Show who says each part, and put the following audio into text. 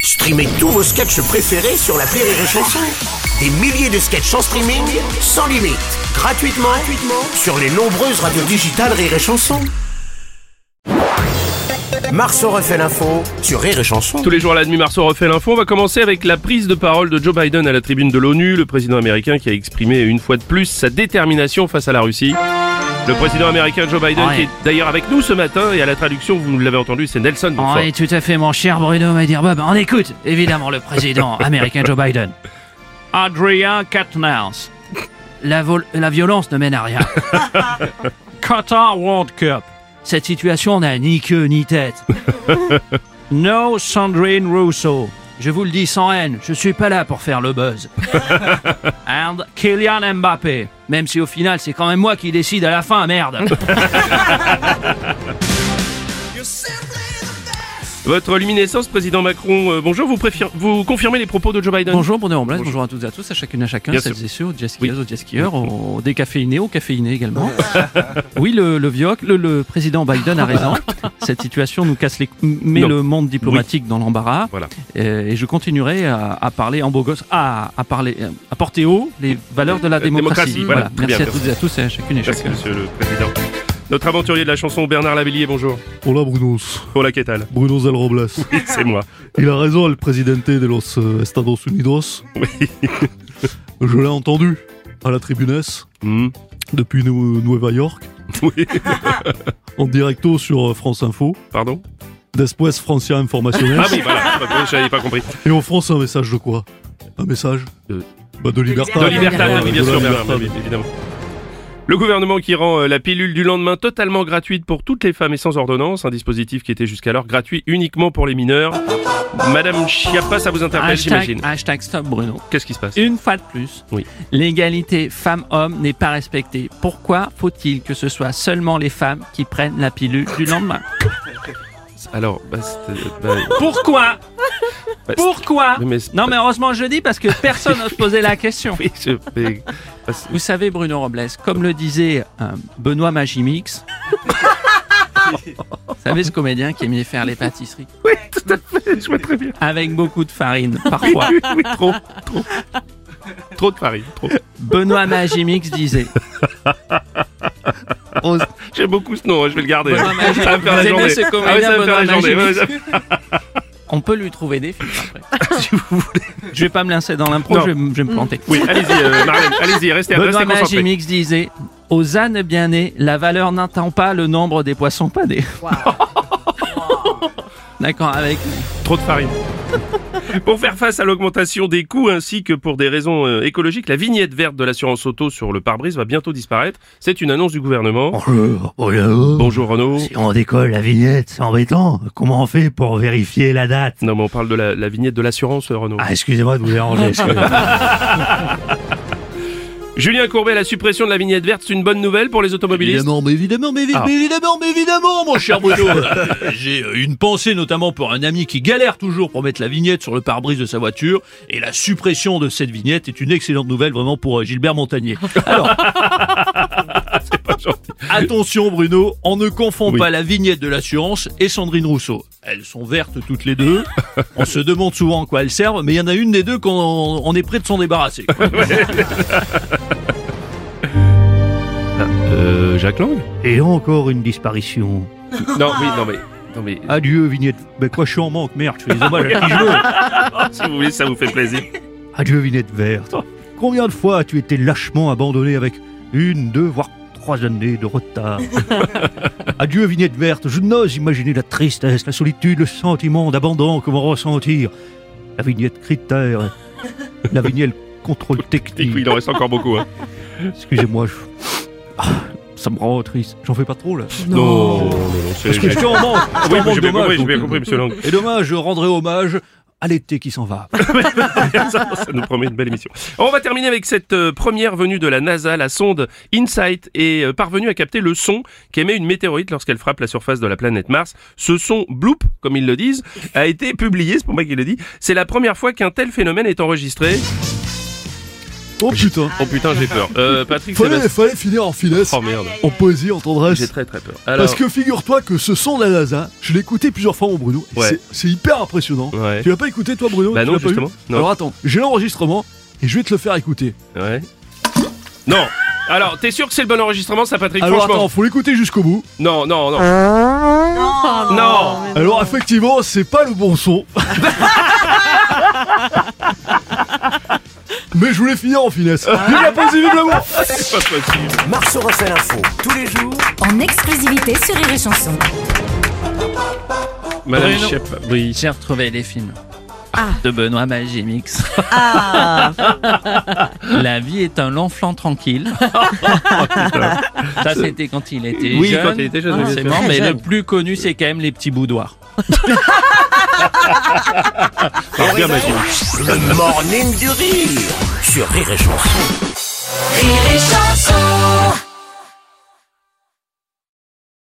Speaker 1: Streamez tous vos sketchs préférés sur la Rire et Chanson. Des milliers de sketchs en streaming, sans limite, gratuitement, gratuitement sur les nombreuses radios digitales Rire et Chanson. Marceau refait l'info sur Rire et Chanson.
Speaker 2: Tous les jours à la demi, Marceau refait l'info. On va commencer avec la prise de parole de Joe Biden à la tribune de l'ONU, le président américain qui a exprimé une fois de plus sa détermination face à la Russie. Le président américain Joe Biden
Speaker 3: Ouais.
Speaker 2: qui est d'ailleurs avec nous ce matin et à la traduction, vous l'avez entendu, c'est Nelson. Bonsoir.
Speaker 3: Oui, tout à fait, mon cher Bruno dire Bob. On écoute, évidemment, le président américain Joe Biden. Adrien Katnars. La, vol- la violence ne mène à rien. Qatar World Cup. Cette situation n'a ni queue ni tête. no Sandrine Rousseau. Je vous le dis sans haine, je suis pas là pour faire le buzz. And Kylian Mbappé. Même si au final, c'est quand même moi qui décide à la fin, merde.
Speaker 2: Votre luminescence, président Macron, euh, bonjour, vous, préfir- vous confirmez les propos de Joe Biden
Speaker 4: Bonjour Bruno Robles, bonjour. à toutes et à tous, à chacune et à chacun,
Speaker 2: Bien
Speaker 4: celles
Speaker 2: sûr.
Speaker 4: et ceux, aux jet skieurs, aux jet skieurs, aux décaféinés, aux caféinés également. oui, le, le VIOC, le, le président Biden a raison. Cette situation nous casse les... met
Speaker 2: Non.
Speaker 4: le monde diplomatique dans l'embarras.
Speaker 2: Voilà.
Speaker 4: Euh, Et, je continuerai à, à parler en beau gosse, à, à parler, euh, à porter haut les valeurs de la
Speaker 2: La démocratie,
Speaker 4: démocratie.
Speaker 2: voilà, très
Speaker 4: Merci
Speaker 2: bien,
Speaker 4: à toutes et à tous et à chacune et
Speaker 2: Merci,
Speaker 4: chacun.
Speaker 2: monsieur le président. Notre aventurier de la chanson, Bernard Lavillier, bonjour.
Speaker 5: Hola Brunos,
Speaker 2: Hola, qu'est-ce tal
Speaker 5: Bruno Zel Robles.
Speaker 2: Oui, c'est moi.
Speaker 5: Il a raison, le présidente de los euh, Estados Unidos.
Speaker 2: Oui.
Speaker 5: Je l'ai entendu à la tribunesse
Speaker 2: Hmm.
Speaker 5: depuis Nou- Nueva York,
Speaker 2: Oui,
Speaker 5: en directo sur euh, France Info,
Speaker 2: pardon
Speaker 5: después Francia Informationnel.
Speaker 2: Ah oui, voilà, j'avais pas compris.
Speaker 5: Et en France, un message de quoi Un message
Speaker 2: Ah. De-
Speaker 5: bah, de liberté.
Speaker 2: De Libertad,
Speaker 5: Voilà,
Speaker 2: oui, bien
Speaker 5: de la
Speaker 2: sûr, Bernard,
Speaker 5: Libertad.
Speaker 2: oui, évidemment. Le gouvernement qui rend euh, la pilule du lendemain totalement gratuite pour toutes les femmes et sans ordonnance, un dispositif qui était jusqu'alors gratuit uniquement pour les mineurs. Madame Chiappa, ça vous interpelle,
Speaker 4: Hashtag,
Speaker 2: j'imagine.
Speaker 4: hashtag stop Bruno.
Speaker 2: Qu'est-ce qui se passe
Speaker 4: Une fois de plus,
Speaker 2: Oui.
Speaker 4: l'égalité femmes-hommes n'est pas respectée. Pourquoi faut-il que ce soit seulement les femmes qui prennent la pilule du lendemain
Speaker 2: Alors, bah, c'est, euh, bah, bah,
Speaker 4: Pourquoi
Speaker 2: c'est-
Speaker 4: Pourquoi
Speaker 2: mais c'est-
Speaker 4: Non mais heureusement je le dis parce que personne n'ose poser la question.
Speaker 2: oui, je- mais- bah, c'est-
Speaker 4: Vous savez Bruno Robles, comme le disait euh, Benoît Magimix, vous savez ce comédien qui aimait faire les pâtisseries
Speaker 2: oui, tout à fait, je vois très bien.
Speaker 4: avec beaucoup de farine parfois.
Speaker 2: Oui, oui, trop, trop. Trop de Paris, trop.
Speaker 4: Benoît Magimix disait
Speaker 2: J'aime beaucoup ce nom, hein, je vais le garder.
Speaker 4: Benoît Magimix.
Speaker 2: Ça va me faire la
Speaker 4: Vous aimez
Speaker 2: journée.
Speaker 4: ce comédien,
Speaker 2: Ah ouais, ça va me faire la
Speaker 4: Benoît
Speaker 2: journée. ouais,
Speaker 4: Magimix
Speaker 2: ça-
Speaker 4: on peut lui trouver des films après. Je vais pas me lancer dans l'impro,
Speaker 2: Non.
Speaker 4: je, vais m- je vais me planter.
Speaker 2: Oui, allez-y, euh, Marlène, allez-y, restez,
Speaker 4: Benoît
Speaker 2: restez concentrés.
Speaker 4: Magimix disait Aux ânes bien nés, la valeur n'atteint pas le nombre des poissons padés. D'accord avec.
Speaker 2: Trop de farine. pour faire face à l'augmentation des coûts ainsi que pour des raisons euh, écologiques, la vignette verte de l'assurance auto sur le pare-brise va bientôt disparaître. C'est une annonce du gouvernement.
Speaker 6: Bonjour, Bruno.
Speaker 2: Bonjour Renaud.
Speaker 6: Si Oh, on décolle la vignette, c'est embêtant. Comment on fait pour vérifier la date
Speaker 2: Non mais on parle de la, la vignette de l'assurance euh, Renaud.
Speaker 6: Ah, excusez-moi de vous déranger. excusez-moi.
Speaker 2: Julien Courbet, la suppression de la vignette verte, c'est une bonne nouvelle pour les automobilistes.
Speaker 7: Évidemment, mais évidemment, mais, évi-
Speaker 2: Ah.
Speaker 7: mais évidemment, mais évidemment, mon cher Bruno. Euh, J'ai euh, une pensée notamment pour un ami qui galère toujours pour mettre la vignette sur le pare-brise de sa voiture. Et la suppression de cette vignette est une excellente nouvelle vraiment pour euh, Gilbert Montagnier. Alors, attention Bruno, on ne confond
Speaker 2: Oui.
Speaker 7: pas la vignette de l'assurance et Sandrine Rousseau. Elles sont vertes toutes les deux. On se demande souvent en quoi elles servent, mais il y en a une des deux qu'on on est prêt de s'en débarrasser. quoi.
Speaker 2: Euh, Jacques Lang
Speaker 6: Et encore une disparition.
Speaker 2: Non, oui, non mais... Non mais
Speaker 6: Adieu, vignette.
Speaker 7: Mais quoi, je suis en manque, merde, je fais des hommages à qui je veux.
Speaker 2: si vous voulez, ça vous fait plaisir.
Speaker 6: Adieu, vignette verte. Combien de fois as-tu été lâchement abandonné avec une, deux, voire trois années de retard Adieu, vignette verte. Je n'ose imaginer la tristesse, la solitude, le sentiment d'abandon que vont ressentir. La vignette critère, la vignette contrôle
Speaker 2: Et
Speaker 6: technique.
Speaker 2: puis, il en reste encore beaucoup. Hein.
Speaker 6: Excusez-moi, je- Ah, ça me rend triste. J'en fais pas trop là.
Speaker 2: Non, non, non, c'est
Speaker 7: Parce que je suis en manque.
Speaker 5: Ah,
Speaker 7: je suis
Speaker 2: Oui,
Speaker 7: en manque
Speaker 2: j'ai bien
Speaker 7: d'hommage,
Speaker 2: compris, j'ai
Speaker 7: donc.
Speaker 5: euh,
Speaker 2: bien compris, monsieur Lang.
Speaker 7: Et demain, je rendrai hommage à l'été qui s'en va.
Speaker 2: ça, ça nous promet une belle émission. On va terminer avec cette euh, première venue de la NASA. La sonde InSight est euh, parvenue à capter le son qu'émet une météorite lorsqu'elle frappe la surface de la planète Mars. Ce son bloop, comme ils le disent, a été publié, c'est pour moi qu'il le dit. C'est la première fois qu'un tel phénomène est enregistré.
Speaker 5: Oh putain.
Speaker 2: Oh putain, j'ai peur. Euh, Patrick
Speaker 5: Fallait,
Speaker 2: Sébastien.
Speaker 5: fallait finir en finesse,
Speaker 2: Oh merde.
Speaker 5: en poésie, en
Speaker 2: J'ai
Speaker 5: tendresse.
Speaker 2: très très peur.
Speaker 5: Parce
Speaker 2: Alors,
Speaker 5: que figure-toi que ce son de la NASA, je l'ai écouté plusieurs fois, mon Bruno. et
Speaker 2: Ouais.
Speaker 5: c'est- C'est hyper impressionnant.
Speaker 2: Ouais.
Speaker 5: Tu l'as pas écouté, toi, Bruno
Speaker 2: Bah
Speaker 5: Tu
Speaker 2: non,
Speaker 5: l'as pas eu
Speaker 2: justement. Non.
Speaker 5: Alors attends, j'ai l'enregistrement et je vais te le faire écouter.
Speaker 2: Ouais. Non. Alors, t'es sûr que c'est le bon enregistrement, ça, Patrick
Speaker 5: Alors
Speaker 2: Franchement.
Speaker 5: attends, faut l'écouter jusqu'au bout.
Speaker 2: Non, non, non.
Speaker 8: Non.
Speaker 2: Non.
Speaker 5: Alors effectivement, c'est pas le bon son. Mais je voulais finir en finesse. Vive la poésie, vive l'amour
Speaker 2: Ah, C'est pas possible.
Speaker 1: Marceau refait l'info tous les jours
Speaker 8: En exclusivité sur Rire et Chanson.
Speaker 2: Madame
Speaker 4: Bruno.
Speaker 2: Shep.
Speaker 4: Oui, j'ai retrouvé les films. De Benoît Magimix. La vie est un long flanc tranquille. Ça, c'était quand il était
Speaker 2: Oui,
Speaker 4: jeune.
Speaker 2: quand il était jeune, bien sûr.
Speaker 4: forcément, mais le plus connu, c'est quand même les petits boudoirs.
Speaker 2: Alors, bien, Magimix.
Speaker 1: Le morning du rire Sur Rire et Chanson
Speaker 8: Rire et Chanson.